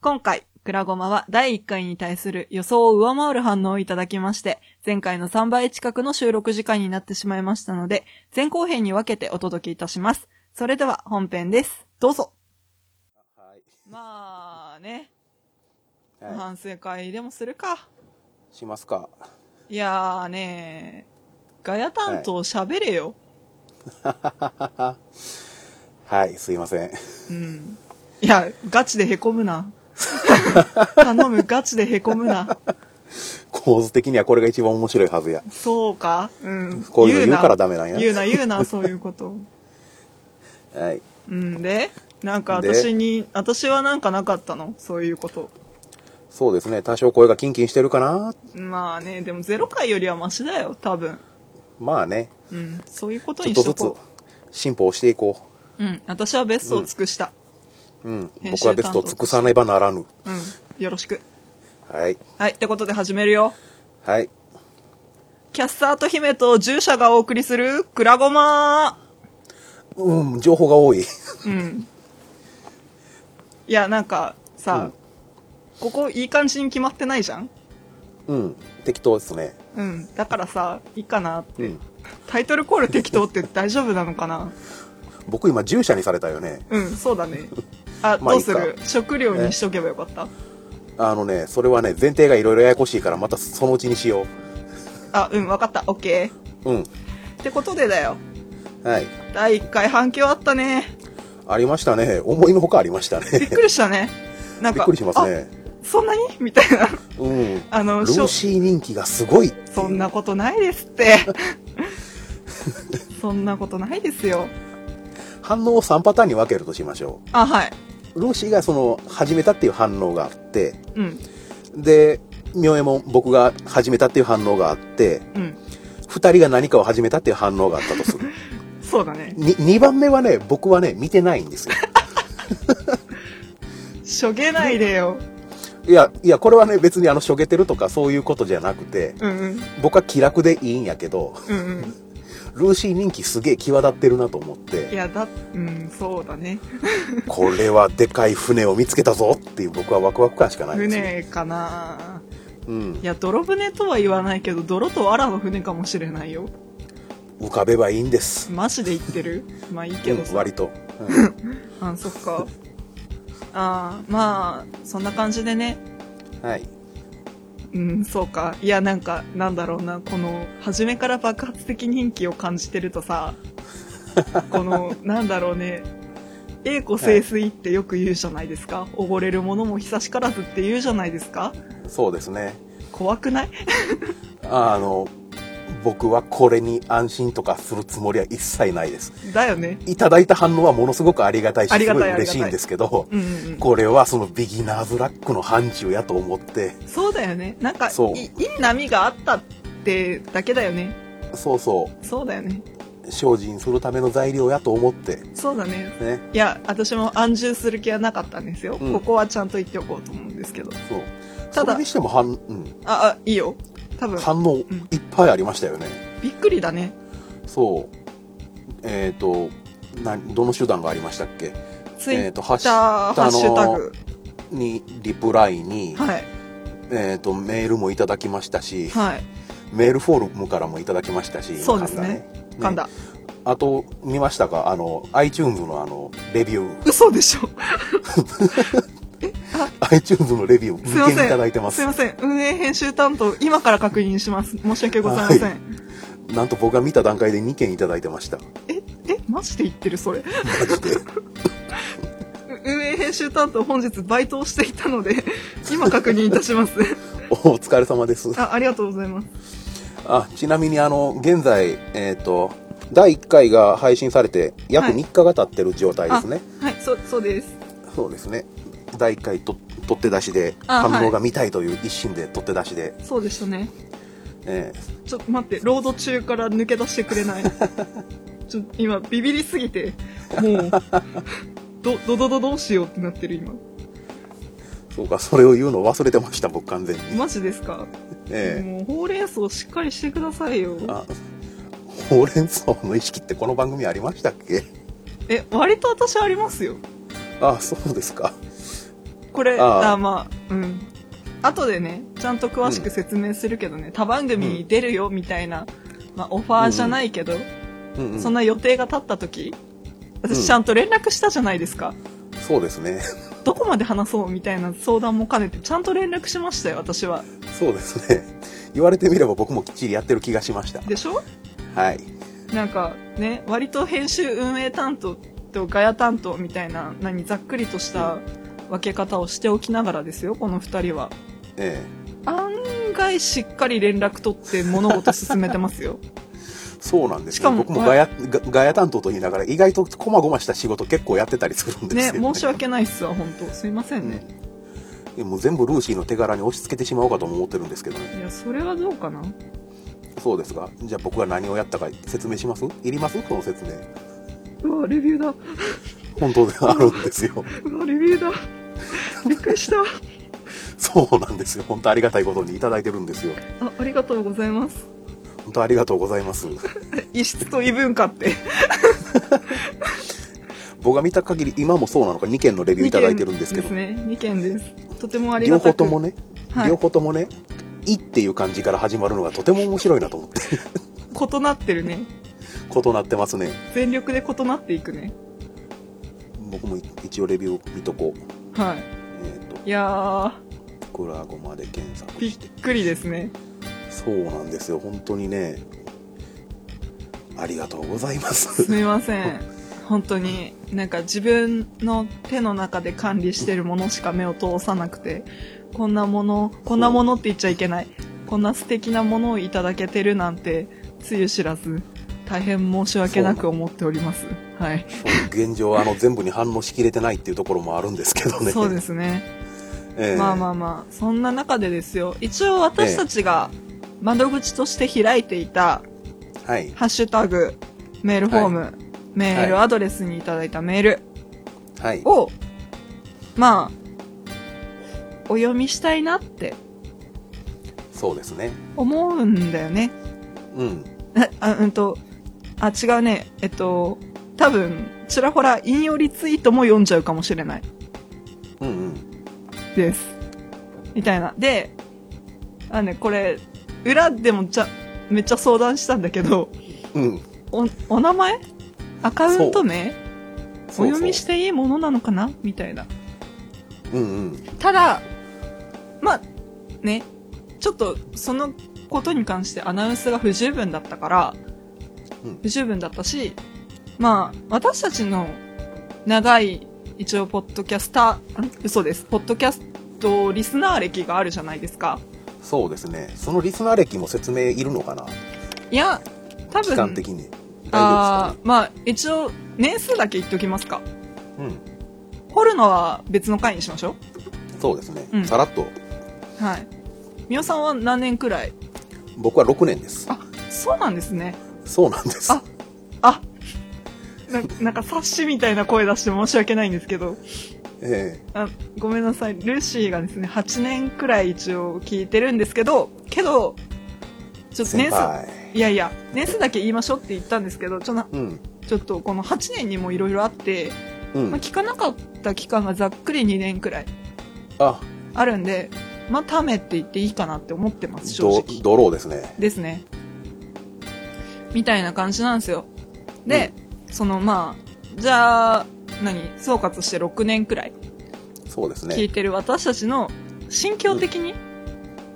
今回、クラゴマは第1回に対する予想を上回る反応をいただきまして、前回の3倍近くの収録時間になってしまいましたので、前後編に分けてお届けいたします。それでは本編です。どうぞ。はい。まあね、は反省会でもするか。い、しますか。いやーねガヤ担当喋れよ。はい、すいません。 うん。いや、ガチで凹む な。頼む、ガチで凹むな。構図的にはこれが一番面白いはずや。そうかうん。こういうの言うからだダメなんや。言うな、言うな、そういうこと。はい。うんで、なんかで私に、私はなんかなかったのそういうこと。そうですね。多少声がキンキンしてるかなまあね、でも0回よりはマシだよ、多分。まあね。うん。そういうことちょっにとしとずつこ進歩をしていこう。うん。私はベストを尽くした。う。うん。編集僕はベストを尽くさねばならぬ。うん。よろしく。はい。はい。ってことで始めるよ。はい。キャッサーと姫と従者がお送りする、クラゴマうん、情報が多い。 ーうん。いや、なんか、さ、うんここいい感じに決まってないじゃんうん。適当ですね。うん。だからさ、いいかなって。うんタイトルコール適当って大丈夫なのかな僕今、従者にされたよね。うん、そうだ ね。あ、まあどうすいいる食料にしとけばよかった。あのね、それはね、前提がいろいろややこしいから、またそのうちにしよあ、うん、わかった。オッケー。う。うん。ってことでだよ。はい。第1回反響あったね。 ありましたね。思いのほかありましたびっね。くりしたね。なん びっか、くりしますね。あそんなにみたい な。うん。あの、ルしょーシー人気がすごいっていうそんなことないです って。そんなことないですよ。反応を3パターンに分けるとしましょあ、はい。うルーシーがその始めたっていう反応があってうん、で明右衛門僕が始めたっていう反応があってうん。 2人が何かを始めたっていう反応があった とするそうだね。に2番目はね僕はね見てないんですよしょげないでよ。いやいやこれはね別にあのしょげてるとかそういうことじゃなくてうんうん。僕は気楽でいいんやけどうんうん。ルーシー人気すげえ際立ってるなと思っいてや、だ、うん、そうだね。これはでかい船を見つけたぞっていう僕はワクワク感しかないですね、船かなうんい、や、泥船とは言わないけど、泥と藁の船かもしれないよ。浮かべばいいんですマジで言ってるまあいいけどうんさ。割と、あ、そっか。ああ、まあ、そんな感じでね。うんはいうん、そうか。いや、なんか、なんだろうな、この、初めから爆発的人気を感じてると さ、この、なんだろうね、栄枯盛衰ってよく言うじゃないですか。溺れるものも久しからずって言うじゃないですか。そうですね怖くない あの僕はこれに安心とかするつもりは一切ないですだよね。いただいた反応はものすごくありがたいしありすがたごいい嬉しいんですけどうん、うんこれはそのビギナーズラックの範疇やと思ってうん。そうだよね。なんかそうい、いい波があったってだけだよね。そうそそうだよね。う精進するための材料やと思ってそうだね。ねいや、私も安住する気はなかったんですよ。うんここはちゃんと言っておこうと思うんですけど。そうただそれにしても反,、うん、あ、あ、いいよ。多分、反応んいっぱいありましたよね、びっくりだね。そうえっ、となどの手段がありましたっけツイえッーとタハッシュー、ハッシュタグ。にリプライに、はい。えー、とメールもいただきましたし、はい。メールフォームからもいただきましたしそうですね神田噛んだ。あと見ましたかあの iTunes のあのレビュー 嘘でしょ。 iTunes のレビューすいま無せ限ん。いただいてますいません。運営編集担当、今から確認します。申し訳ございません。はなんと僕が見た段階で2件いただいてました え、え、マジで言ってるそれ。うマジで 運営編集担当、本日バイトをしていたので、今確認いたし ます。お疲れ様ですあ、ありがとうございます。あちなみにあの現在えっ、と第1回が配信されて約はい3日が経ってる状態ですね、あはい、そう、そうです。そうですね第1回と取って出しであはい反応が見たいという一心で取って出しで、そうでしたね。えちょっと待って、ロード中から抜け出してくれない。 ちょ今、ビビりすぎて、もう、ど、 どどどどうしようってなってる今。ーそうかそれを言うの忘れてました僕完全にマジですか、えもう、ほうれん草しっかりしてくださいよえ。あほうれん草の意識ってこの番組ありましたっけえ、割と私ありますよ。あそうですかこれ、あああまあ、うん。後でね、ちゃんと詳しく説明するけどね、他番組に出るよみたいな、まあ、オファーじゃないけど、うんうんそんな予定が立った時、うん私ちゃんと連絡したじゃないですか。そうですね どこまで話そうみたいな相談も兼ねて、ちゃんと連絡しましたよ、私は。そうですね言われてみれば僕もきっちりやってる気がしましたでしょはいなんかね、割と編集運営担当とガヤ担当みたいな、何、ざっくりとした分け方をしておきながらですよ、この二人は。え案外しっかり連絡取って物事進めてます よ。えそうなんですしねかも僕もガヤガガヤ担当と言いながら意外とこまごました仕事結構やってたりするんですね、よね申し訳ないっすわ、本当すいませんね。いやもう全部ルーシーの手柄に押し付けてしまおうかとも思ってるんですけどねいや、それはどうかなそうですがじゃあ僕が何をやったか説明しますいりますその説明うわ、レビューだ。本当であるんですようわ、レビュー だ。びっくりした。そうなんですよ本当ありがたいことにいただいてるんですよあ、ありがとうございます。本当ありがとうございます異質と異文化って。僕が見た限り今もそうなのか2件のレビューいただいてるんですけど二件ですね、2件です。とてもあり両が方たくともね、はい両方ともね「い」っていう感じから始まるのがとても面白いなと思って異なってるね。異なってますね全力で異なっていくね。僕も一応レビュー見とこうえはい。っ、といやクラゴマで検索ー、びしってくりですね。そうなんですよ本当にねありがとうございますすみません。本当に、なんか自分の手の中で管理してるものしか目を通さなくて、こんなもの、こんなものって言っちゃいけない。こんな素敵なものをいただけてるなんて、つゆ知らず、大変申し訳なく思っております。はい。現状あの全部に反応しきれてないっていうところもあるんですけどね、そうですすね。ええまあまあまあ、そんな中でですよ。一応私たちが窓口として開いていた、はいハッシュタグ、メールフォーム、メールはいアドレスにいただいたメール、はいを、まあ、お読みしたいなってそうですね思うんだよね。うんああ、うんと、あ、違うね。えっと、多分、ちらほら引用リツイートも読んじゃうかもしれないうんうんです。みたいな。で、あのね、これ、裏でもじゃ、めっちゃ相談したんだけど、うんお、お名前アカウント名そおうそう読みしていいものなのかなみたいな。うんうんただ、まあ、ね、ちょっとそのことに関してアナウンスが不十分だったから、うん不十分だったし、まあ、私たちの長い、一応、ポッドキャスター、ん嘘です。ポッドキャストリスナー歴があるじゃないですか。そうですねそのリスナー歴も説明いるのかないや、多期分、間的にあ大丈夫ーまあ、一応、年数だけ言っておきますか。ですかね掘るのは別の回にしましょうんそうですね、うんさらっとう。はい。みおさんは何年くらい僕は6年ですあ、そうなんですね。そうなんですああななんか冊子みたいな声出して申し訳ないんですけどえあごめんなさいルーシーがですね8年くらい一応聞いてるんですけどけどちえょっと先年輩数いやいや年数だけ言いましょうって言ったんですけどちょなうんちょっとこの8年にもいろいろあって、うん、まあ、聞かなかった期間がざっくり2年くらいああるんでまあためって言っていいかなって思ってます正ド直ドローですねですね。みたいな感じなんですよ。で、そのまあ、じゃあ、何総括して6年くらいそうです聞ねいてる私たちの心境的に、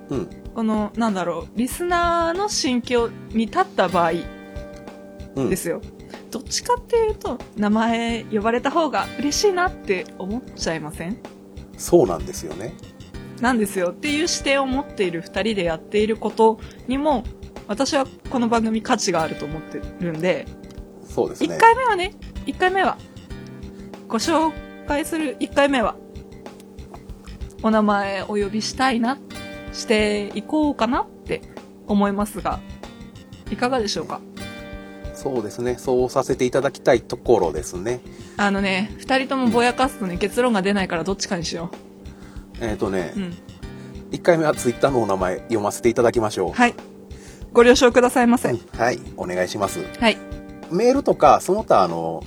うんこの、なんだろう、リスナーの心境に立った場合うんですよ。どっちかっていうと、名前呼ばれた方が嬉しいなって思っちゃいませんそうなんですよねなんですよっていう視点を持っている二人でやっていることにも、私はこの番組価値があると思ってるんで、そうですね1回目はね1回目はご紹介する1回目はお名前お呼びしたいなしていこうかなって思いますがいかがでしょうかそうですねそうさせていただきたいところですねあのね2人ともぼやかすとね結論が出ないからどっちかにしよえっ、とね、う、うん、 1回目はツイッターのお名前読ませていただきましょうはいご了承くださいませ、うんはい、お願いしますはいメールとかその他あの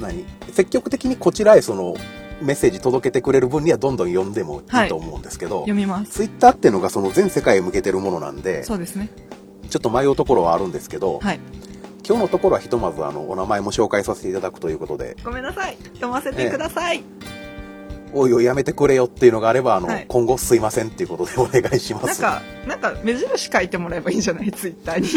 何積極的にこちらへそのメッセージ届けてくれる分にはどんどん読んでもいはいいと思うんですけど、読みます。ツイッターっていうのがその全世界へ向けてるものなんで、そうですね。ちょっと迷うところはあるんですけど、はい。今日のところはひとまずあのお名前も紹介させていただくということで、ごめんなさい。読ませてください。おいおいやめてくれよっていうのがあれば、あの、はい今後すいませんっていうことでお願いしまなんす。か、なんか目印書いてもらえばいいんじゃないツイッターに。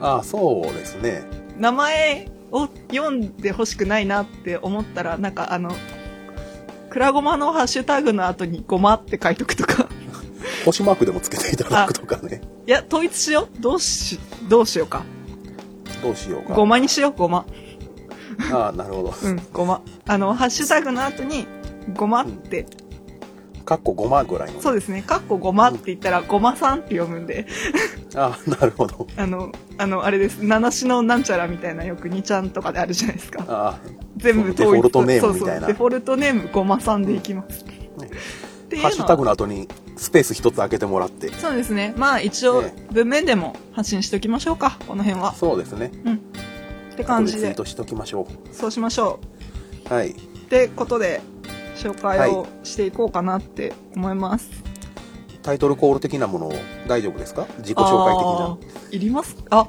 ああ、そうですね。名前を読んでほしくないなって思ったら、なんかあの、クラゴマのハッシュタグの後にゴマって書いとくとか。 星マークでもつけていただくとかね。いや、統一しよう。どうし、どうしようか。どうしようか。ゴマにしよう、ゴマ。ああ、なるほど。うん、ゴマ。あの、ハッシュタグの後に、ゴマって、かっこ5万ぐらいの。そうですね、かっこゴマって言ったら、ゴマさんって読むんで、ああ、なるほど。あの、あの、あれです、七種のなんちゃらみたいなよく2ちゃんとかであるじゃないですか。あ全部デフォルトネームみたいなデフォルトネームゴマさんでいきます。ってあ、いうハッシュタのグはの後にスペース一つ開けてもらって。そうですね、まあ一応え、文面でも発信しておきましょうか、この辺は。そうですね。うん。って感じ後ツイーでト、しときましょそうしましょう。はい。う。ってことで、紹介をはしていこうかなって思います。タイトルコール的なものを大丈夫ですか自己あ紹介的な。あーいりますあ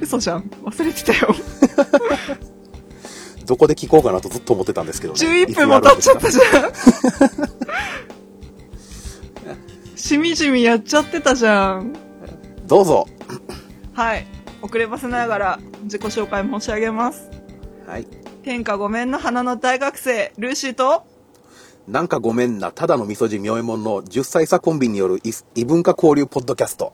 嘘じゃん忘れてた よどこで聞こうかなとずっと思ってたんですけどね。 11分も経っちゃったいつじゃん しみじみやっちゃってたじゃんやるんですかどうぞ。はい遅ればせながら自己紹介申し上げますはい。天下御免の花の大学生ルーシーとなんかごめんな、ただの味噌汁妙えもんの10歳差コンビによる異異文化交流ポッドキャスト。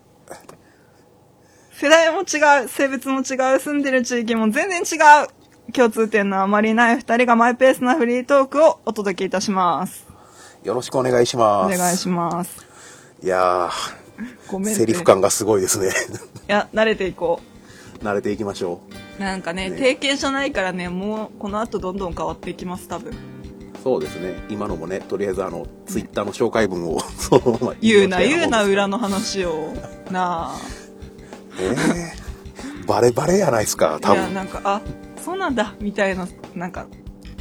世代も違う性別も違う住んでる地域も全然違う共通点のあまりない二人がマイペースなフリートークをお届けいたしますよろしくお願いしまおす。願いしますいやごー、めんねセリフ感がすごいですね。 いや慣れていこう慣れていきましょなんかねね定型じゃないからねもうこの後どんどん変わっていきます多分う。そうですね。今のもね、とりあえずあの、ツイッターの紹介文を、 そのまま言うな言うな裏の。の話をなあえーバレバレやないですか、多いや分。なんかあそうなんだみたいななんか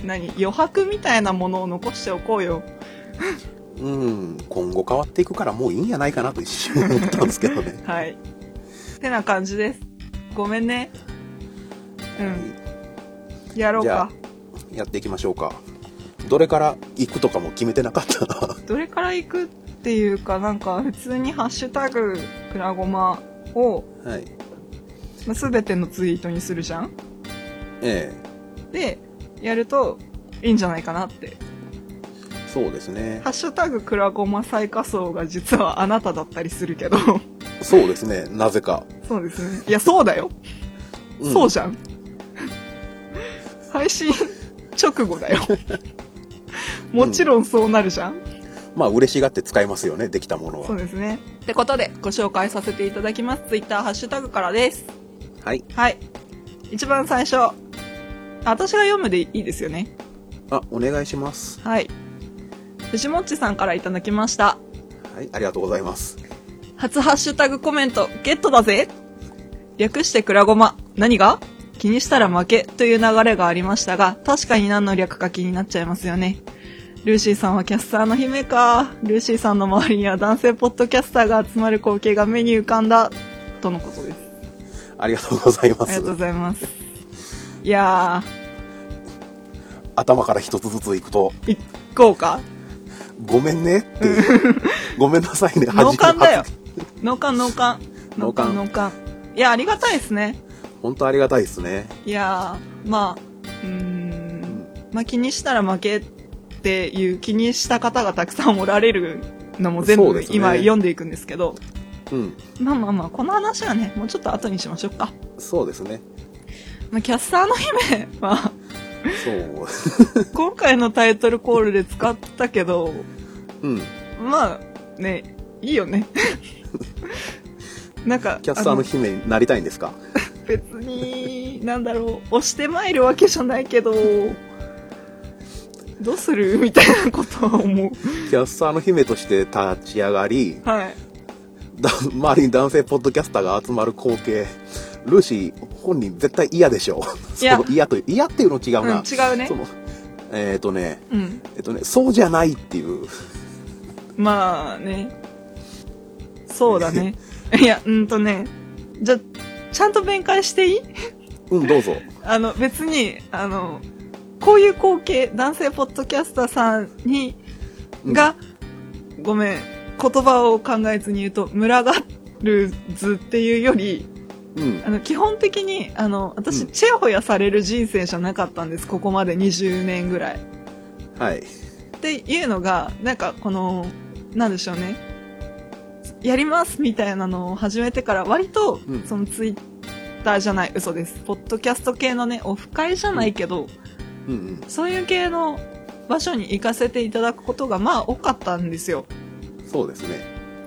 何余白みたいなものを残しておこうようん、今後変わっていくからもういいんやないかなと一瞬思ったんですけどね。はいてな感じですごめんねうんやろうじゃかあ、やっていきましょうか。どれから行くとかも決めてなかったな。どれから行くっていうかなんか普通に「ハッシュタグくらごま」をはい。まあ全てのツイートにするじゃんえでやるといいんじゃないかなってえそうですねハ。ッシュタグクラゴマ最下層が実はあなただったりするけど そうですね。なぜか。そうですねいやそうだよ、うんそうじゃん配信直後 だよもちろんそうなるじゃん、まあ、嬉しがって使いますよね。できたものそうは。ですねってことでご紹介させていただきますツイッターハッシュタグからですはい。はい一番最初あ私が読むでいいですよねあ、お願いします。はい藤もっちさんからいただきましたはい。ありがとうございます。初ハッシュタグコメント、ゲットだぜ略してクラゴマ。何が気にしたら負けという流れがありましたが、確かに何の略か気になっちゃいますよね。ルーシーさんはキャスターの姫か。ルーシーさんの周りには男性ポッドキャスターが集まる光景が目に浮かんだ。とのことです。ありがとうございまありがすとう。ございます。いや頭から一つずついくと、ー、行こうか。ごめん ねっていう。ごめんなさいね。脳幹だよ初め。脳幹、脳幹。脳幹脳幹。いや、ありがたいですね。本当ありがたいですね。いやーまあうーんまあ気にしたら負けっていう気にした方がたくさんおられるのも全そう部ですね今読んでいくんですけどうん。まあまあまあこの話はねもうちょっと後にしましょうか、そうですね。まあ、キャスターの姫 はそう。今回のタイトルコールで使ったけどうん。まあねいいよ ねなんかキャスターあの姫になりたいんで すか別になんだろう押してまいるわけじゃないけどどうするみたいなことは思うキャスターの姫として立ち上がり、はいだ周りに男性ポッドキャスターが集まる光景ルーシー本人絶対嫌でしょいやその嫌という嫌っていうの違うな、うん違うねそのえっ、とね、うん。えっ、とね、そうじゃないっていう。まあね。そうだ ね。いや、うんとね。じゃ、ちゃんと弁解していいうん、どうぞ。あの、別に、あの、こういう光景、男性ポッドキャスターさんに、うんが、ごめん、言葉を考えずに言うと、群がる図っていうより、うん。あの、基本的に、あの、私、うんチヤホヤされる人生じゃなかったんです、ここまで20年ぐらい。はい。っていうのが、なんかこの、なんでしょうね。やりますみたいなのを始めてから、割と、うんそのツイッターじゃない、嘘です。ポッドキャスト系のね、オフ会じゃないけど、うんうん。そういう系の場所に行かせていただくことが、まあ多かったんですよ。そうですね。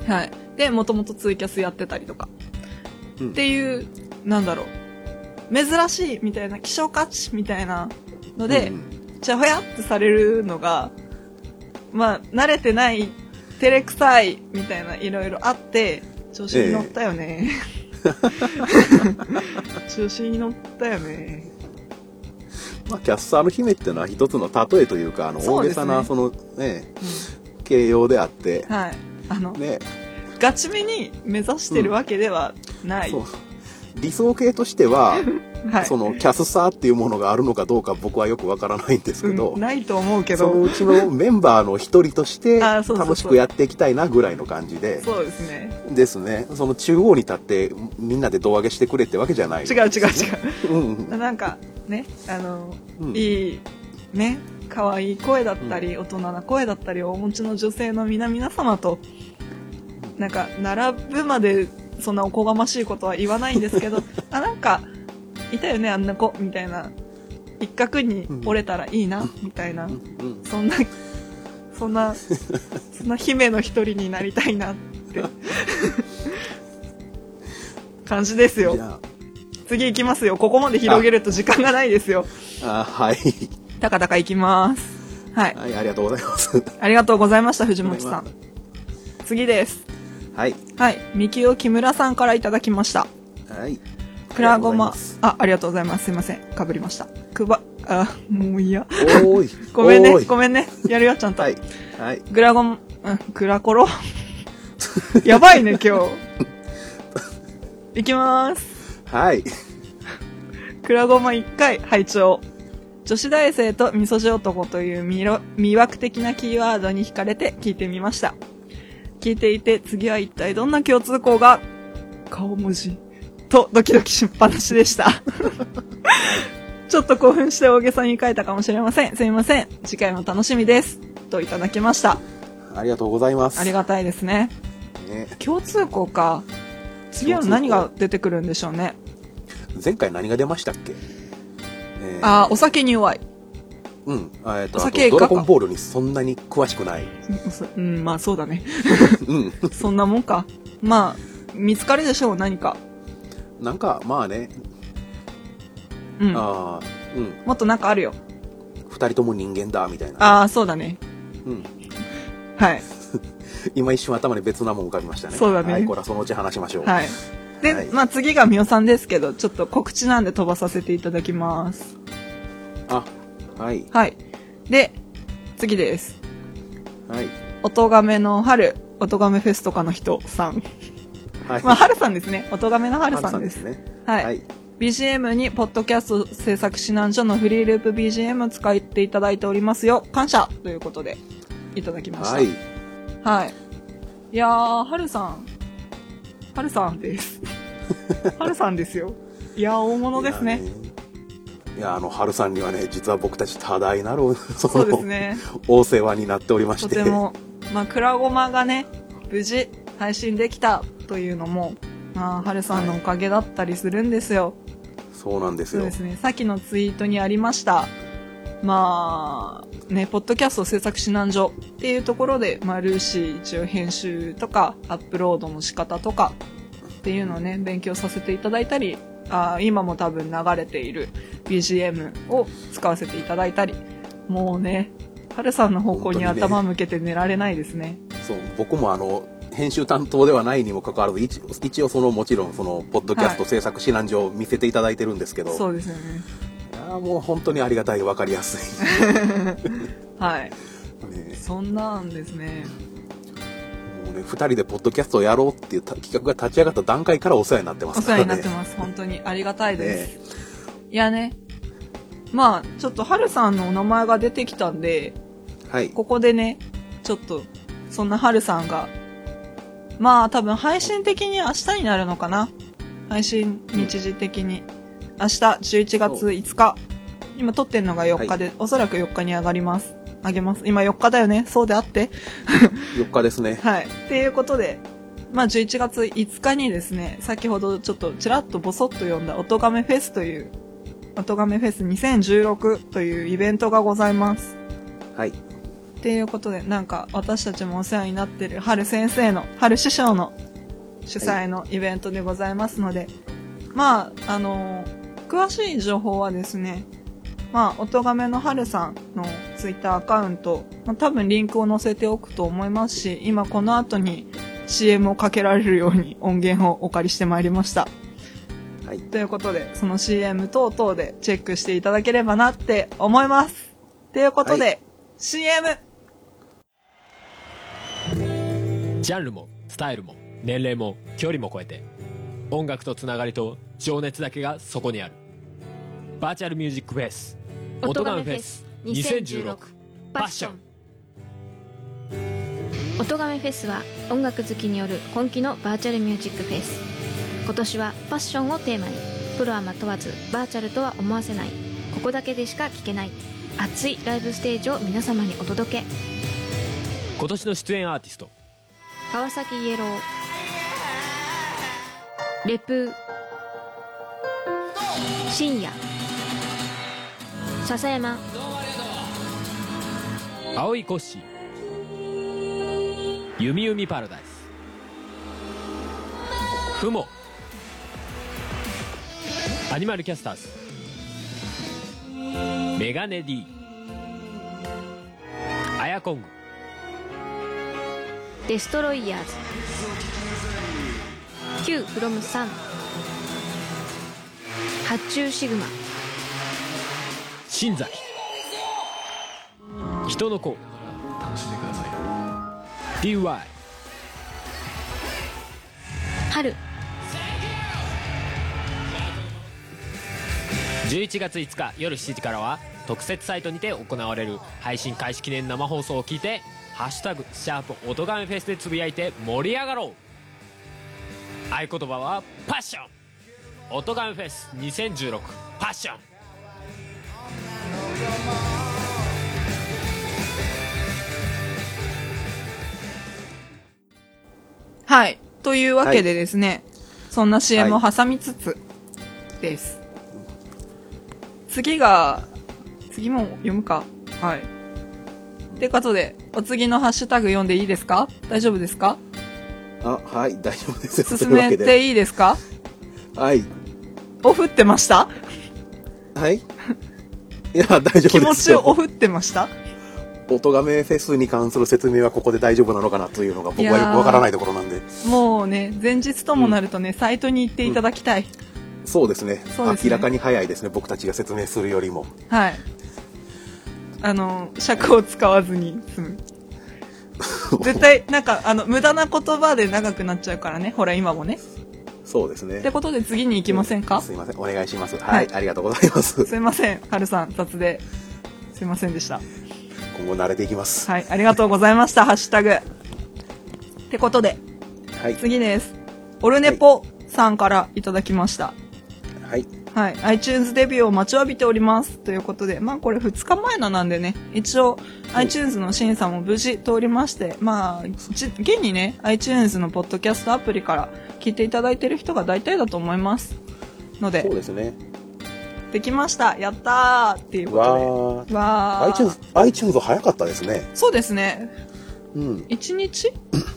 はい。で、もともとツイキャスやってたりとか。うんっていう、なんだろう。珍しいみたいな、希少価値みたいなので、うんうんちゃほやってされるのが、まあ、慣れてない、照れくさい、みたいな、いろいろあって、調子に乗ったよね。 調子に乗ったよ ね。まあ、キャスターの姫っていうのは一つの例えというか、あの、そ大うげですさねな、その、ね、形容であって、はい。あの、ね、ガチめに目指してるわけではない。そう。理想形としては、はい。そのキャスサーっていうものがあるのかどうか僕はよくわからないんですけど、うんないと思うけそのど、うちのメンバーの一人としてあーそうそうそう楽しくやっていきたいなぐらいの感じでそうですね。ですねその中央に立ってみんなで胴上げしてくれってわけじゃない違う違う違うんうんう。なんか、ね、あの、うんいい、ね、可愛い声だったり、大人な声だったり、お持ちの女性の皆々様と、なんか、並ぶまで、そんなおこがましいことは言わないんですけ ど、あ、なんか、いたよね、あんな子、みたいな、一角に折れたらいいな、みたいな、うんそんな、そんな、そんな姫の一人になりたいなって、感じですじよ。ゃ次行きますよ。ここまで広げると時間がないですよ。ああはい、たかたかいきます。はい。はい、ありがとうございますありがとうございました、藤本さん。次です。はいはい。みきお木村さんからいただきました。はいくらごあまりがとうございす。あ、ありがとうございます。すいません。かぶりました。くば、あ、もういいや。おーい ごめんおーね。いごめんね。やるよ、ちゃんと。はいはいグラゴン、うん、グラコロ。 やばいね、今日。いきまーす。はいクラゴマ1回拝聴女子大生と味噌汁男という魅力魅惑的なキーワードに惹かれて聞いてみました聞いていて次は一体どんな共通項が顔文字とドキドキしっぱなしでした ちょっと興奮して大げさに書いたかもしれませんすいません次回も楽しみですといただきましたありがとうございますありがたいですねね共通項か次は何が出てくるんでしょうね前回何が出ましたっけえーあーお酒に弱いうんえーとおあ酒とかドラゴンボールにそんなに詳し くないうんまあそうだね うんそんなもんか。まあ、見つかるでしょう、何か。なんかまあね、うん。もああうんっとなんかあるよ。 2人とも人間だみたいな、ああ、そうだね。うん、はい。今一瞬頭に別なもん浮かびましたねそうだねはい、これはそのうち話しましょうはい。で、はいまあ次がみおさんですけど、ちょっと告知なんで飛ばさせていただきます。あはいはい。で、次です。はい音亀の春、音亀フェスとかの人さん。はいまあ、春さんですね。音亀の春ハルさんです。ねはい。はい、 BGM に、ポッドキャスト制作指南所のフリーループ BGM 使っていただいておりますよ。感謝ということで、いただきました。はい、はい。いやー、はるさん。はるさん です。はるさんですよ。いやー、大物ですね。いやあの春さんにはね実は僕たち多大なる そそうですね。お世話になっておりま しとてても、まあ、クラゴマがね、無事配信できたというのも、まあ、はるさんのおかげだったりするんですよ。そうなんですそうよですね。さっきのツイートにありました。まあ、ね、ポッドキャスト制作指南所っていうところで、まあ、ルーシー一応編集とか、アップロードの仕方とかっていうのをね、勉強させていただいたり、あー今も多分流れている BGM を使わせていただいたり、もうね、はるさんの方向に本当にね頭向けて寝られないですね。そう僕もあの編集担当ではないにもかかわらず一応一応そのもちろんそのポッドキャスト制作指南所を見せていただいてるんですけど、そうですよね。いやあもう本当にありがたい分かりやすいはい。ねそんなんですね。もうね2人でポッドキャストをやろうっていうた企画が立ち上がった段階からお世話になってまお世すか話らになってねます。本当にありがたいです。いやね、まあ、ちょっとはるさんのお名前が出てきたんで、はいここでね、ちょっと、そんなはるさんが、まあ多分配信的に明日になるのかな。配信日時的に。明日11月5日。今撮ってんのが4日で、おそらく4日に上がります。あげます。今4日だよね。そうであって。 4日ですねはい。っていうことで、まあ、11月5日にですね、先ほどちょっとちらっとボソッと読んだ、おとがめフェスという、おとがめフェス2016というイベントがございます。はいっていうことで、なんか私たちもお世話になってる、春先生の、春師匠の主催のイベントでございますので、まあ、あのー詳しい情報はですね、まあ、おとがめのはるさんのツイッターアカウント、まあ、多分リンクを載せておくと思いますし、今この後に CM をかけられるように音源をお借りしてまいりました。はいということで、その CM 等々でチェックしていただければなって思います。ということで、は CM! ジャンルもスタイルも年齢も距離も超えて音楽とつながりと情熱だけがそこにあるバーチャルミュージックフェス音ガメフェス2016パッション音ガメフェスは音楽好きによる本気のバーチャルミュージックフェス今年はパッションをテーマにプロアマ問わずバーチャルとは思わせないここだけでしか聴けない熱いライブステージを皆様にお届け今年の出演アーティスト川崎イエローレプー深夜笹山青いコッシー弓弓パラダイスふもアニマルキャスターズメガネ D アヤコングデストロイヤーズ Q from 3発注シグマ新崎人の子 DY 春11月5日夜7時からは特設サイトにて行われる配信開始記念生放送を聞いて「ハッシュタグシャープ音がめフェス」でつぶやいて盛り上がろう合言葉は「パッション」「音がめフェス2016パッション」はい。というわけでですね、そんな CM を挟みつつです。次が、次も読むか。はい。ってことで、お次のハッシュタグ読んでいいですか大丈夫ですかあはい大丈夫です進というわめけでていいですかはいオフってましたはいいや大丈夫です気持ちをオよフってました音がめフェスに関する説明はここで大丈夫なのかなというのが僕はよくわからないところなんでもうね、前日ともなるとね、サイトに行っていただきたい。そうですねそうですね明らかに早いですね僕たちが説明するよりもはい。あの、尺を使わずに済 む。絶対、なんか、あの、無駄な言葉で長くなっちゃうからね。ほら、今もね。そうですねってことで次に行きませんかすいませんお願いしますははいい、ありがとうございますすいません、はるさん、雑で。すいませんでした。今後慣れていきますはい、ありがとうございました、ハッシュタグ。ってことで、はい次です。オルネポさんからいただきました。はいはい、iTunes デビューを待ちわびております。ということで、まあこれ2日前のなんでね、一応 iTunes の審査も無事通りまして、まあ、じ現にね、iTunes のポッドキャストアプリから聞いていただいてる人が大体だと思います。のでそう、ですねできましたやったーっていうこわとで。わー。あ iTunes iTunes 早かったですねそうですね。うん1日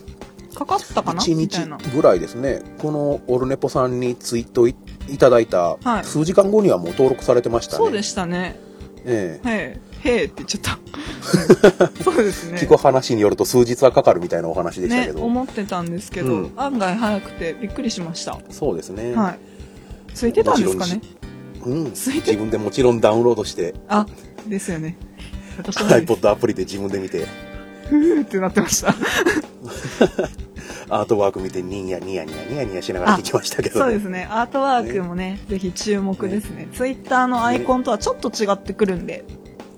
かかったかな1み日たいな。ぐらいですねこのオルネポさんにツイートいいただいたはい数時間後にはもう登録されてましたねそうでしたね。ええへえ、へえって言っちゃ った。そうですね。聞く話によると数日はかかるみたいなお話でしたねけ、ど、思ってたんですけど、うん案外早くてびっくりしました。そうですね、はい。ついてたんですかもちろねん。ううん、つい自て分でもちろんダウンロードして、あ、ですよね。私も、ね、 iPod アプリで自分で見て、ふーってなってま した。アートワーク見てニヤニヤニヤニヤニヤしながら聞きましたけど、そうですね。アートワークもね、ぜひ注目ですね。ツイッターのアイコンとはちょっと違ってくるんで、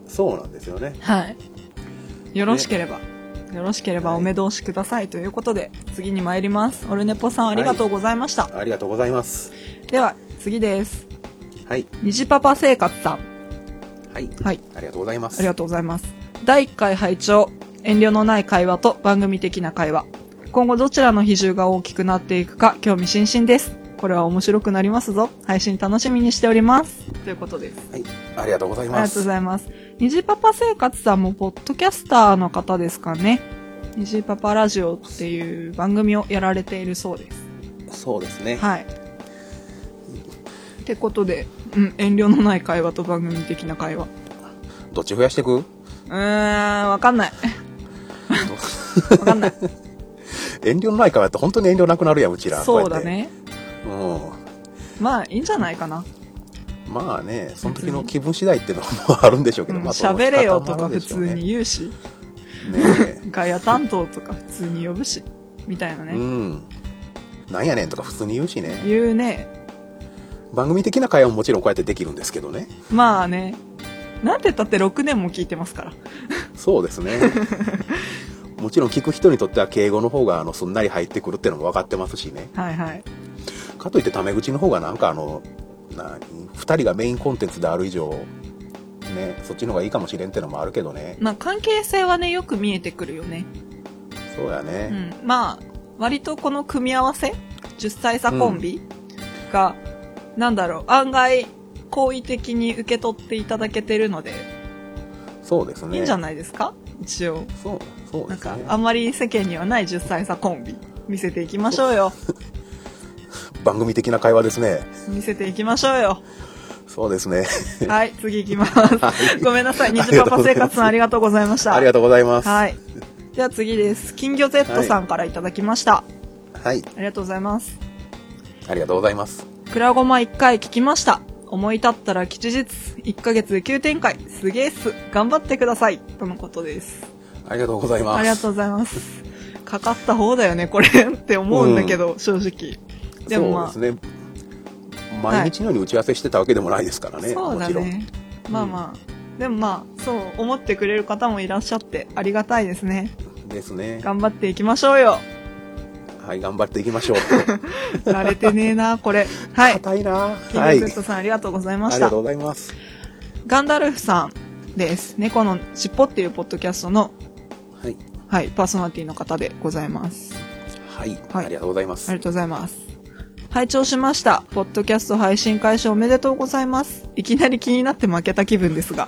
そうなんですよね。はい。よろしければ、よろしければお目通しくださいということで、次に参ります。オルネポさんありがとうございました。ありがとうございます。では、次です。はい。虹パパ生活さん。はい。はい。ありがとうございます。ありがとうございます。第1回拝聴遠慮のない会話と番組的な会話。今後どちらの比重が大きくなっていくか興味津々です。これは面白くなりますぞ。配信楽しみにしております。ということです。はい。ありがとうございありまがとうす。ございます。虹パパ生活さんもポッドキャスターの方ですかね。虹パパラジオっていう番組をやられているそうです。そうですね。はい。ってことで、うん、遠慮のない会話と番組的な会話。どっち増やしてくうーん、わかんない。わかんない。遠慮のないからって本当に遠慮なくなるやん、うちら。そうだこね。うやって。まあ、いいんじゃないかな。うん。まあね、その時の気分次第っていうのもあるんでしょうけうど、んまあ喋、れよとか普その通に言うし、仕方もあるでしょうね。ねガヤ担当とか普通に呼ぶし、みたいなえ。ね。うん。なんやねんとか普通に言うしね。言うね。番組的な会話ももちろんこうやってできるんですけどね。まあね。なんて言ったって6年も聞いてますから。そうで すね。もちろん聞く人にとっては敬語の方があのすんなり入ってくるっていうのも分かってますしね。はいはい。かといってタメ口の方がなんかあの、な2人がメインコンテンツである以上、ね、そっちの方がいいかもしれんってのもあるけどね。まあ、関係性はね、よく見えてくるよね。そうやうね。ん。まあ、割とこの組み合わせ、10歳差コンビが、なんだろう、案外、好意的に受け取っていただけてるので、そうですね。いいんじゃいないですか一応。そう、そうなんですかね、。あんまり世間にはない10歳差コンビ。見せていきましょうよ。番組的な会話ですね。見せていきましょう よ。そうですね。はい、次いきます。ごめんなさい。虹パパ生活さんありがとうございました。ありがとうございます。ははい。では次です。金魚 Z さんからいただきました。い。ありがとうございます。ありがとうございます。クラゴマ1回聞きました。思い立ったら吉日、1ヶ月で急展開、すげえっす。頑張ってください。とのことです。ありがとうございます。ありがとうございます。かかった方だよね、これって思うんだけど、正直。でもまあ、そうですね。毎日のように打ち合わせしてたわけでもないですからね。そうだもちろん。ね。まあまあ、でもまあ、そう思ってくれる方もいらっしゃってありがたいですね。ですね。頑張っていきましょうよ。はい、頑張っていき ましょう。慣れてねえ な、これ。はい。硬いな。キンはグい。セあットさんありがとうございまりしがたとう。ございます。ガンダルフさんです。猫のしっぽっていうポッドキャストの、はい。はい、パーソナリティの方でございます。はい。はいありがとうございまあすり。がとうございます。拝聴しました。ポッドキャスト配信開始おめでとうございます。いきなり気になって負けた気分ですが。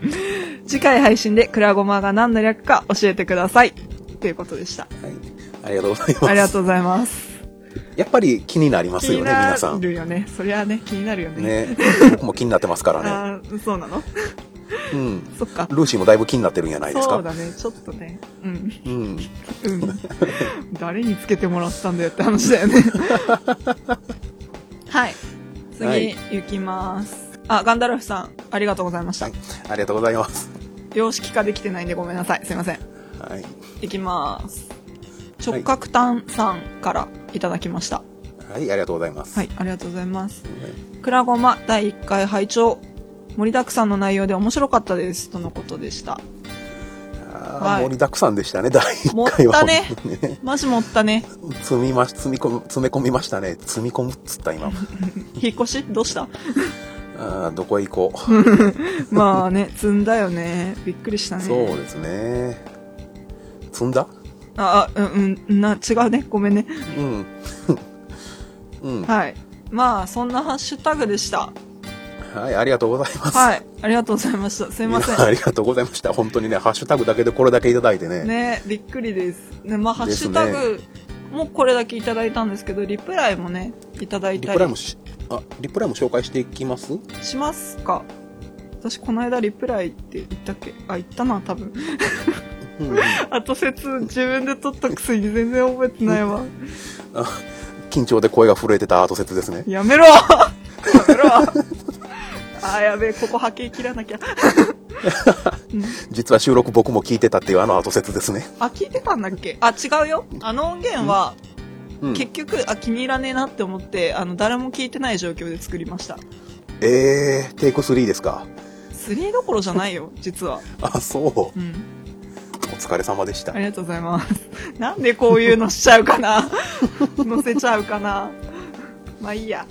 次回配信でクラゴマが何の略か教えてください。ということで した。はい。ありがとうございます。ありがとうございます。やっぱり気になります気よにね、な皆さん。ね。るよね。そりゃね、気になるよね。 僕も気になってますからね。ああ、そうなのうん。そっか。ルーシーもだいぶ気になってるんじゃないですか。そうだね、ちょっとね。うん。うん。うん。誰につけてもらったんだよって話だよ ね。はい。次、はい行きます。あ、ガンダルフさん、ありがとうございました。はい。ありがとうございます。様式化できてないんでごめんなさい。すいません。はい。行きます。直角炭さんからいただきました。はい、ありがとうございます。はい、ありがとうございます。くらごま第1回拝聴盛りだくさんの内容で面白かったです。とのことでした。あーはい盛りだくさんでしたね、第持1っ回は。たね本当に ね。マジ持ったね。積みまし、積み込む、詰め込みましたね。積み込むっつった、今。 引っ越しどうしたあーどこへ行こまあね、積んだよね。びっくりしたう。ね。そうですね。積んだあ、あうん、うん、な、違うね。ごめんね。うん。うん。はい。まあ、そんなハッシュタグでした。はい、ありがとうございます。はい。ありがとうございました。すいませ 皆さんあん。りがとうございました。本当にね、ハッシュタグだけでこれだけいただいてね。ね、びっくりです。ね、まあ、ハッですシュねタグもこれだけいただいたんですけど、リプライもね、いただいリたプライりもし、あ、リプライも紹介していきますしますか私、この間リプライって言ったっけあ、言ったな、多分。うん。 後説、自分で取ったくせに全然覚えてないわ。 緊張で声が震えてた後説ですね。やめろ やめろあーやべえ、ここ波形切らなきゃ。うん実は収録僕も聞いてたっていうあの後説ですね。あ、聞いてたんだっけあ、違うよ。あの音源は、うん、結局、あ、気に入らねえなって思って、あの、誰も聞いてない状況で作りました。えー、テイク3ですか。 3どころじゃないよ、実は。あ、そう。おうん。疲れ様でしたあ。りがとうございます。 なんでこういうのしちゃうかな 載せちゃうかなまあいいや。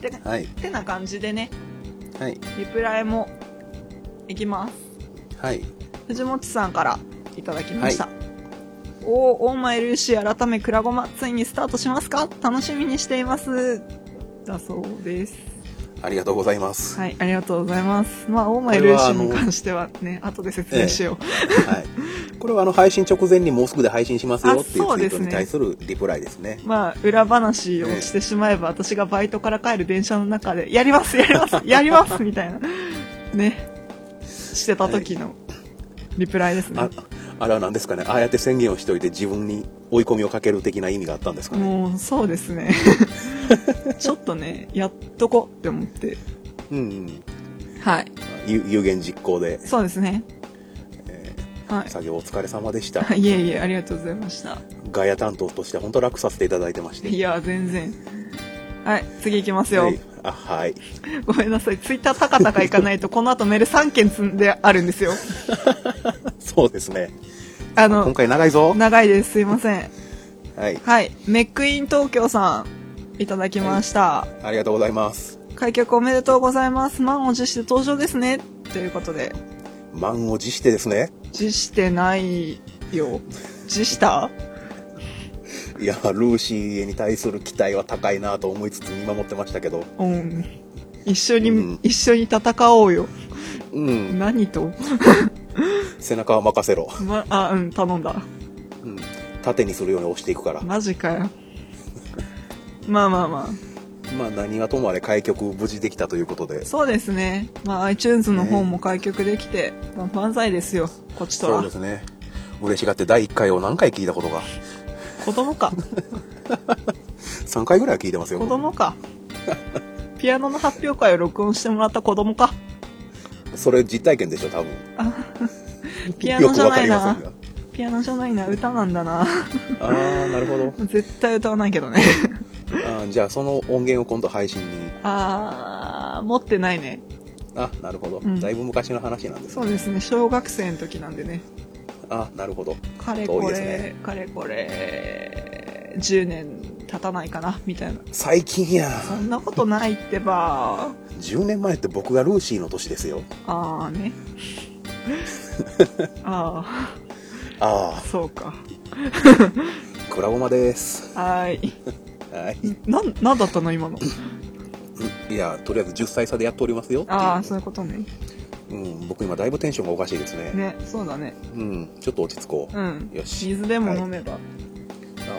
てな、はい。てな感じでね、はい。リプライも、いきます。はい。藤本さんからいただきました。おお、オーマイルーシー改めクラゴマ、ついにスタートしますか楽しみにしています。だそうです。ありがとうございます。はい、ありがとうございます。まあ、オーマイこれルーはシーあのに関してはね、後で説明しよう。はい。これはあの配信直前にもうすぐで配信しますよっていあそううツでイーすトねに対するリプライですね。まあ、裏話をしてしまえば、私がバイトから帰る電車の中で、やります、やります、やります、みたいな、ね、してた時のリプライですね。ああれは何ですかね。ああやって宣言をしといて自分に追い込みをかける的な意味があったんですかね。もう、そうですね。ちょっとね、やっとこうって思って。うん、うん。はい。有有言実行で、そうですね。えはー作業お疲れ様でした。い。いえいえ、ありがとうございました。ガヤ担当として本当楽させていただいてまして。いや、全然。はい、次行きますよ。はい。あ、はい。 ごめんなさい。ツイッター高々行かないと、この後メール3件積んであるんですよ。そうですね。あ今の、回長いぞ。長いです。すいません。はい。はい。メックイン東京さん、いただきました。ありがとうございます。開局おめでとうございます。満を持して登場ですね。ということで、満を持してですね。持してないよ。持したいや、ルーシーに対する期待は高いなと思いつつ見守ってましたけど。うん。一緒に、うん一緒に戦おうよ。うん。何と背中は任せろ。ま、あ、うん、頼んだ。うん。縦にするように押していくから。マジかよ。まあまあままあ何はともあれ開局無事できたということであ。。そうですね。まあ iTunes の方も開局できて、まあ万歳ですよ。こっちとそうらで。すね。嬉しがって第1回を何回聞いたことが。子供か。 3回ぐらいは聞いてますよ。子供か。ピアノの発表会を録音してもらった子供か。それ実体験でしょ、多分。ピアノじゃないよくわなかり。まピアノじゃないな。歌なんだな。せんが。あー、なるほど。絶対歌わないけ どね。あーじゃあその音源を今度配信に。あー、持ってないね。あ、なるほど。んだいぶ昔の話なんですそね。うですね。小学生の時なんでね。あ、なるほど。かれ遠いこでれ、すね。かれこれ、10年経たないかな、みたいな。最近やん。そんなことないってば。 10年前って僕がルーシーの年ですよ。ああ ね。あああ、そうか。あ、クラゴマです。はーい。はい。なん、なんだったの今の。いや、とりあえず10歳差でやっておりますよっていう。ああ、そういうことね。うん、僕今だいぶテンションがおかしいですね。ね、そうだね。うん、ちょっと落ち着こう。うん。よし水でも飲めば。あ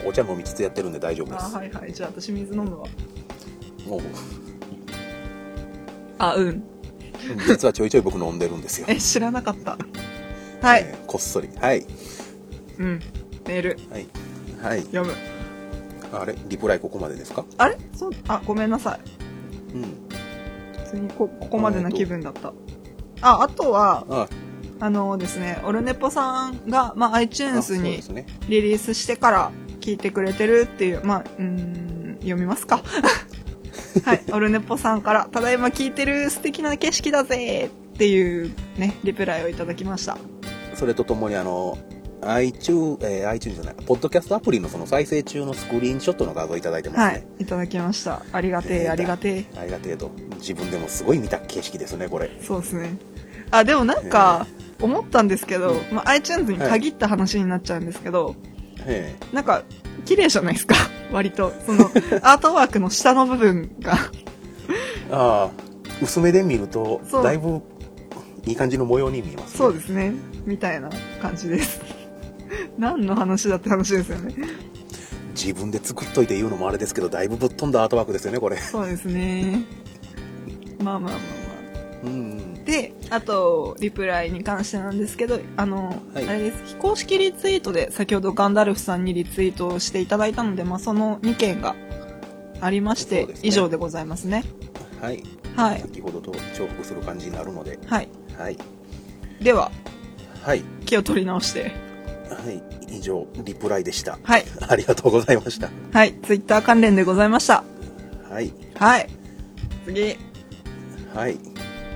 お茶飲みつつやってるんで大丈夫であす。あ、はいはい。じゃあ私水飲むわ。もう、あ、うん。うん実はちょいちょい僕飲んでるんですよ。え、知らなかった。 はい。えーこっそり。はい。うん。メール、はい。はい。読む。あれリプライここまでですかあれそう、あ、ごめんなさい。うん。普通にこ、ここまでな気分だった。あ、あとは、あ、あのですね、オルネポさんが、まあ、あ iTunes そうにですね。リリースしてから聞いてくれてるっていう、まあ、うーん、読みますか。 はい、オルネポさんから、ただいま聞いてる素敵な景色だぜっていうね、リプライをいただきました。それとともにあの、iTunes、えー iTunes じゃない、ポッドキャストアプリのその再生中のスクリーンショットの画像いただいてますはね。い、いただきました。ありがてえ、ありがてありがてえと自分でもすごい見た景色ですねこれえ。そうですね。あ、でもなんか、思ったんですけど、まあ、iTunes に限った話になっちゃうんですけど、えなんか、綺麗じゃないですか。 割と。その、アートワークの下の部分が。えああ薄めで見るとそうだいぶいい感じの模様に見えます、ね、そうですね。みたいな感じです。 何の話だって話ですよね。自分で作っといて言うのもあれですけどだいぶぶっ飛んだアートワークですよねこれそうですね。まあまあまあまうんあ。で、あと、リプライに関してなんですけど、あの、はいあれです。非公式リツイートで、先ほどガンダルフさんにリツイートをしていただいたので、まあその2件がありまして、そうですね以上でございますね。はいはい先ほどと重複する感じになるのではい。はいでは、はい気を取り直して。はい以上リプライでしたはい。ありがとうございましたはい。ツイッター関連でございました。はいはい。次、はい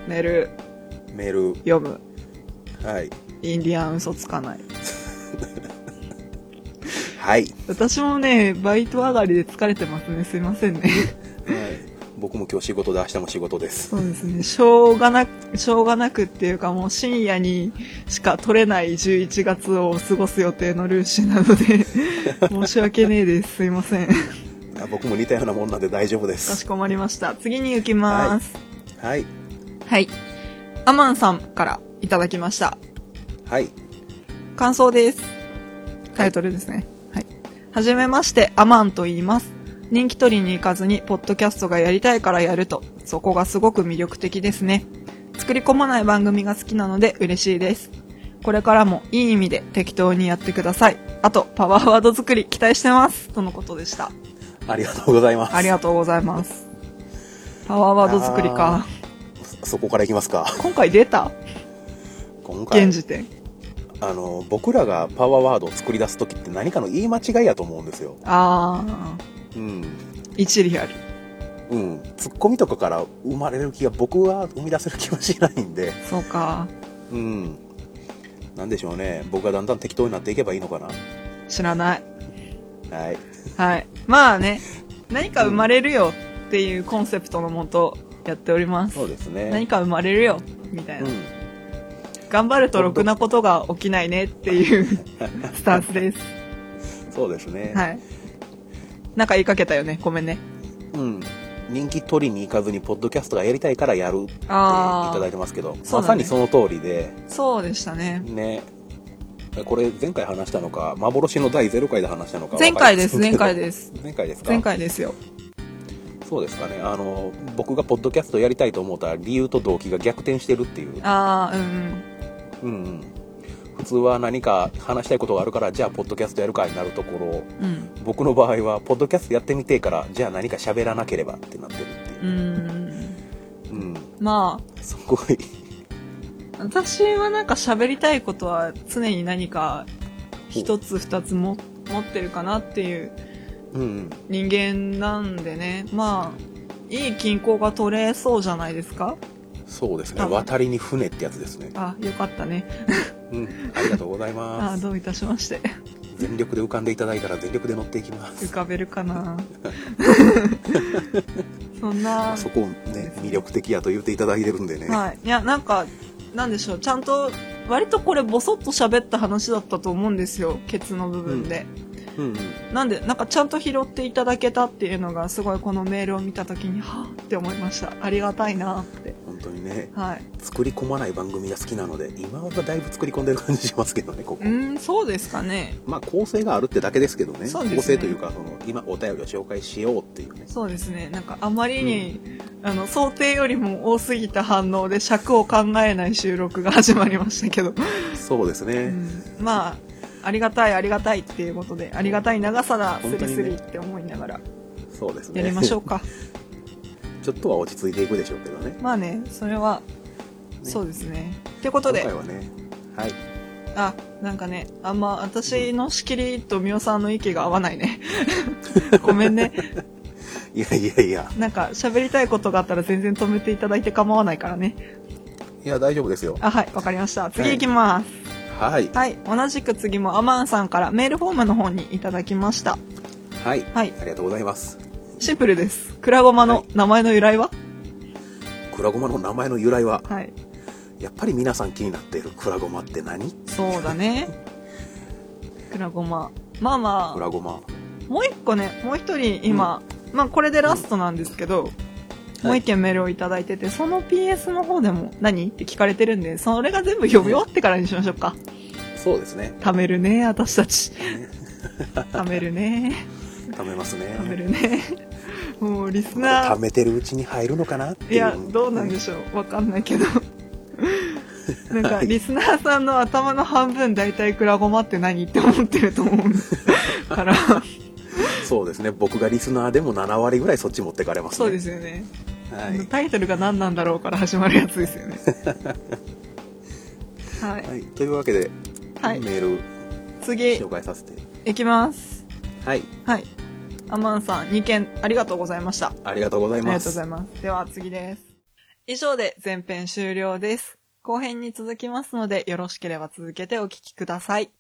メール、メール読む。はいインディアン嘘つかない。はい、私もね、バイト上がりで疲れてますね。すいませんね。僕も今日仕事で明日も仕事ですそうですね。しょうがなく、しょうがなくっていうかもう深夜にしか撮れない11月を過ごす予定のルーシーなので、申し訳ねえです。すいません。あ僕も似たようなもんなんで大丈夫でかしすこまりました。次に行きます。はいはい。アマンさんからいただきました。はい感想です。タイトルですね。はい。はじめまして、アマンと言います。人気取りに行かずに、ポッドキャストがやりたいからやると、そこがすごく魅力的ですね。作り込まない番組が好きなので嬉しいです。これからもいい意味で適当にやってください。あと、パワーワード作り期待してます。とのことでした。ありがとうございますありがとうございます。パワーワード作りか。そそこからいきますか今回出た今回現時点。あの僕らがパワーワードを作り出す時って何かの言い間違いやと思うんですよあうんー、一理ある。うんツッコミとかから生まれる気が僕は生み出せる気はしないんでそうか。うんなんでしょうね僕がだんだん適当になっていけばいいのかな知らない。はいはい。まあね、何か生まれるよっていうコンセプトのもとやっております。そうですね何か生まれるよ、みたいうな。ん頑張るとろくなことが起きないねって いうスタンスです。そうですね、はい。なんか言いかけたよね。ごめんね。うん人気取りに行かずにポッドキャストがやりたいからやるっていあーただいてますけど、そうまださねにその通りでそうでしたね。ねこれ前回話したのか幻の第0回で話したのか前回ですわか前回りまでせすんけど前回ですか前回ですよ。そうですかねあの僕がポッドキャストやりたいと思った理由と動機が逆転してるっていう、ああ、うん。うんうん、普通は何か話したいことがあるからじゃあポッドキャストやるかになるところうん。僕の場合はポッドキャストやってみてえからじゃあ何か喋らなければってなってるっていうう、ん。うんまあ、すごい私はなんか喋りたいことは常に何か一つ二つも持ってるかなっていううんうん人間なんでねまあいい均衡が取れそうじゃないですかそうですね多分渡りに船ってやつですね、あよかったねうん、ありがとうございまあすどういたしま して全力で浮かんでいただいたら全力で乗っていきま浮すかべるか なそんなそこをね魅力的やと言っていただいてるんでね、はいいやなんかなんでしょうちゃんと割とこれボソッと喋った話だったと思うんですよケツの部分で、うんうんなんでなんかちゃんと拾っていただけたっていうのがすごいこのメールを見た時にはぁって思いましたありがたいなって本当にねはい作り込まない番組が好きなので今はだいぶ作り込んでる感じしますけどねここ、うんそうですかねまあ構成があるってだけですけどねそうですね構成というかその今お便りを紹介しようっていうねそうですね。なんかあまりに、あの、想定よりも多すぎた反応で尺を考えない収録が始まりましたけど。そうですね、うんまあ、ありがたいありがたいっていうことで、ありがたい長さだ、ス本当リにねスリって思いながらそうですねやりましょうか。 ちょっとは落ち着いていくでしょうけどねまあね、それは、そうですね。ってこと今で回、はねはいあ、なんかね、あんま私の仕切りとみおさんの息が合わないね。 ごめんね。いやいやいやなんか喋りたいことがあったら全然止めていただいて構わないからね。いや大丈夫ですよあ、はい、わかりました。次行きます。はいはい、同じく次もアマンさんからメールフォームの方にいただきました。はい、はいありがとうございますシンプルです。クラゴマはのい名前の由来はクラゴマの名前の由来ははい。やっぱり皆さん気になっているクラゴマって何そうだね。クラゴマ。まあまクラゴマあ、もう一個ね、もう一人今、まあこれでラストなんですけど、もう一件メールをいただいてて、その PS の方でも何って聞かれてるんで、それが全部読み終わってからにしましょうか。そうですね貯めるね、私たち。貯めるね。貯めますね貯める ね。もうリスナー貯。めてるうちに入るのかなっていういいやどうなんでしょうわかんないけど なんかはいリスナーさんの頭の半分大体クラゴマって何って思ってると思 うからそうですね僕がリスナーでも7割ぐらいそっち持ってかれますねそうですよねはあのい、タイトルが何なんだろうから始まるやつです よねはい、はい、というわけで、はいメール次紹介させていきますはいはいアマンさん2件ありがとうございましたありがとうございありまがとうごすざいます。では次です。以上で前編終了です。後編に続きますので、よろしければ続けてお聞きください。